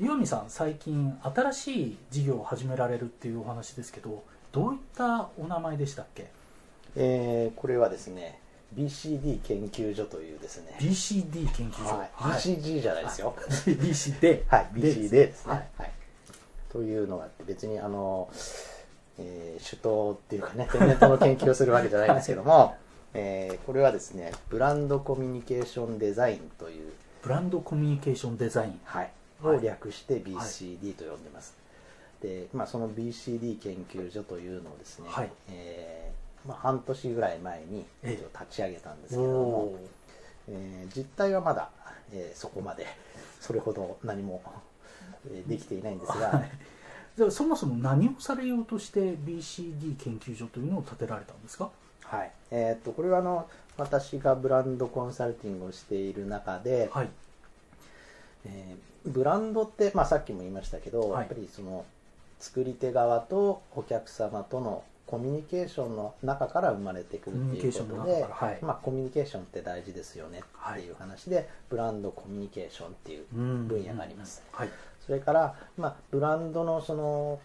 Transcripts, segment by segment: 岩見さん最近新しい事業を始められるっていうお話ですけどどういったお名前でしたっけえーこれはですね BCD 研究所というですね、 BCD 研究所、はい BCG じゃないですよ BC で、はい BCD ですねははいい、というのがあって別にあの、えー、首都っていうかね天然痘の研究をするわけじゃないんですけども、えーこれはですねブランドコミュニケーションデザインという、ブランドコミュニケーションデザインははい、いを略して BCD と呼んでます、で、まあ、その BCD 研究所というのをですね、はいえーまあ、半年ぐらい前にええ一応立ち上げたんですけれどもお、えー実態はまだ、えーそこまでそれほど何も、えーできていないんですが、じゃあそもそも何をされようとして BCD 研究所というのを建てられたんですかはいえーっとこれはあの私がブランドコンサルティングをしている中で、はいえーブランドって、まあ、さっきも言いましたけど、はいやっぱりその作り手側とお客様とのコミュニケーションの中から生まれてコくるミュっニてケいーうションこのと中でから、はい、まあ、コミュニケーションって大事ですよねっていう話で、ブランドコミュニケーションっていううん分野があります、はいそれから、まあ、ブランドのその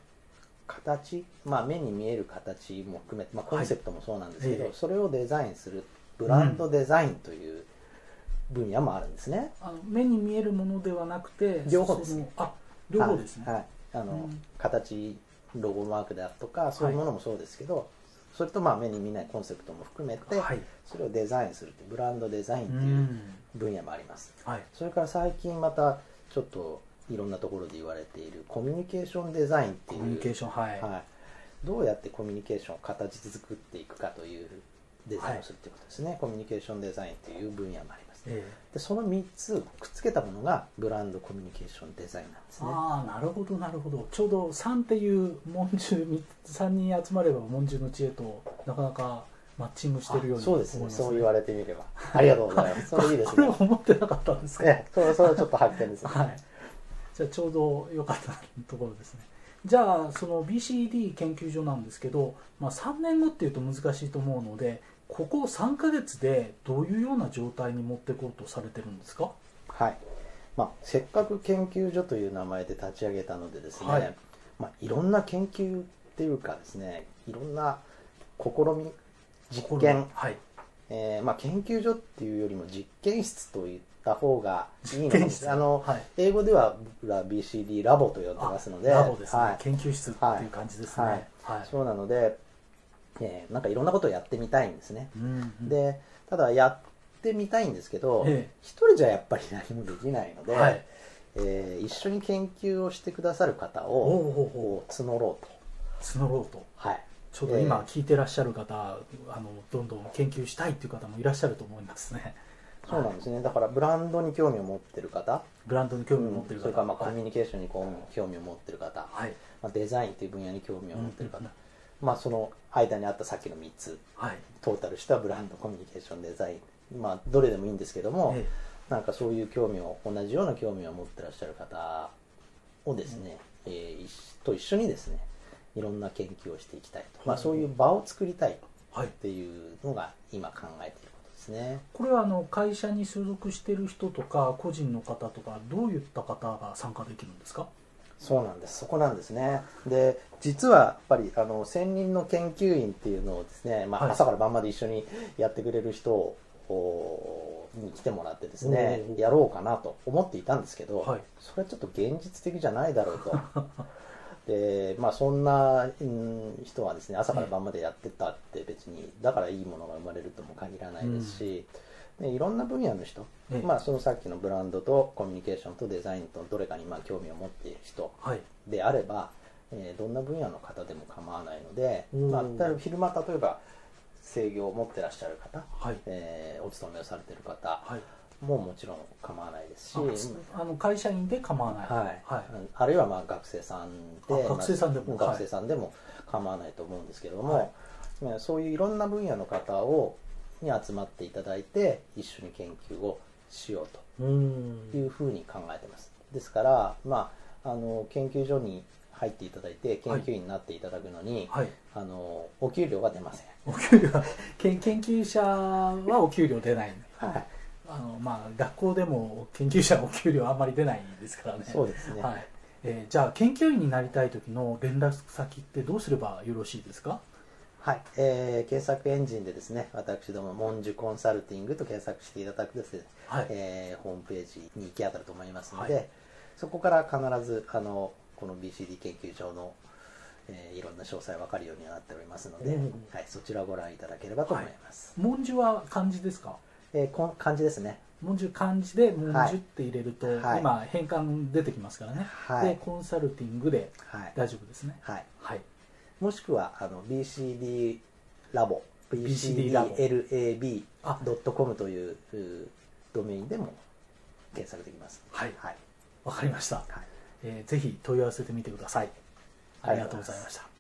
形、まあ、目に見える形も含めて、まあ、コンセプトもそうなんですけど、はいええそれをデザインするブランドデザインという分野もあるんですね。あの目に見えるものではなくて両方ですそのあ両方ですね、はいはいあのうん形ロゴマークであるとかそういうものもそうですけど、それとまあ目に見えないコンセプトも含めて、はいそれをデザインするってブランドデザインってういうん分野もあります。はいそれから最近またちょっといろんなところで言われているコミュニケーションデザインってコいうミュニケーションはい、はい、どうやってコミュニケーションを形作っていくかというデザインをするということですね、コミュニケーションデザインという分野もありまえす、えでその3つをくっつけたものがブランドコミュニケーションデザインなんですねああなるほどなるほどちょうど3っていう文中3人 集まれば文中の知恵となかなかマッチングしてるようあにそうですね思いますそう言われてみればありがとうござ いますそれいいですこれねは思ってなかったんですか、ええそれそれはちょっと発見ですね、はいじゃあちょうど良かったところですねじゃあその BCD 研究所なんですけど、まあ、3年後っていうと難しいと思うのでここ3ヶ月でどういうような状態に持っていこうとされてるんですかはいまあ、せっかく研究所という名前で立ち上げたのでですね、はいいまあ、いろんな研究っていうかですねいろんな試み実験、はいえーまあ、研究所っていうよりも実験室といった方がいいの実か験も室あの、はい英語では僕ら BCD ラボと呼んであますのでラボですね、はい研究室っていう感じですねははいい、そうなので、えーなんかいろんなことをやってみたいんですね、うんうんでただやってみたいんですけど、ええ一人じゃやっぱり何もできないので、はいえー一緒に研究をしてくださる方おうをおうおうこう募ろうと、募ろうとはい、ちょうど今聞いてらっしゃる方、あのどんどん研究したいっていう方もいらっしゃると思いますね そうなんですねだからブランドに興味を持ってる方ブランドに興味を持ってるう方、んそれからまあコはいミュニケーションにこう興味を持ってる方、はいまあ、デザインという分野に興味を持ってる方、うんうんまあ、その間にあったさっきの3つはいトータルしたブランドコミュニケーションデザイン、まあ、どれでもいいんですけども、えなんかそういう興味を同じような興味を持ってらっしゃる方をですね、えー一と一緒にですねいろんな研究をしていきたいと、まあ、そういう場を作りたいっえはい、ていうのが今考えていることですね。これはあの会社に所属してる人とか個人の方とかどういった方が参加できるんですかそうなんですそこなんですねで実はやっぱりあの専任の研究員っていうのをですね、まはいあ、朝から晩まで一緒にやってくれる人をおーに来てもらってですねおーやろうかなと思っていたんですけど、はいそれはちょっと現実的じゃないだろうとでまあそんな、うん、人はですね朝から晩までやってたって別にだからいいものが生まれるとも限らないですし、でいろんな分野の人、ええまあ、そのさっきのブランドとコミュニケーションとデザインとどれかにまあ興味を持っている人はいであれば、えーどんな分野の方でも構わないので、うんまあ、例えば昼間例えば制御を持ってらっしゃる方、はいえーお勤めをされてる方はいももちろん構わないですし、ああの会社員で構わないはいはいあるいはまあ学生さんであ学生さんでもまあはい学生さんでも構わないと思うんですけども、はいねそういういろんな分野の方をに集まっていただいて一緒に研究をしようとうーんいうふうに考えてますですから、まあ、あの研究所に入っていただいて研究員になっていただくのに、はいあのお給料が出ません、お給料はけ研究者はお給料出ないはい、ああの、まあ、学校でも研究者お給料あんまり出ないですからね。そうですね、はいえーじゃあ研究員になりたい時の連絡先ってどうすればよろしいですかはい、えー検索エンジンでですね、私ども、モンジュコンサルティングと検索していただくとですね、はいえーホームページに行き当たると思いますので、はいそこから必ず、あの、この BCD 研究所の、えーいろんな詳細わかるようになっておりますので、うんはい、そちらをご覧いただければと思います。文字は漢字ですかえーこん漢字ですね。文字漢字で文字って入れると、はい今変換出てきますからね、はいでコンサルティングではい。大丈夫ですねはい。はいもしくは、あの、BCD ラボ、 BCD ラボ bcdlab.com といううードメインでも検索できます。はいはい。わかりました、はいえーぜひ問い合わせてみてくださいありがとうございました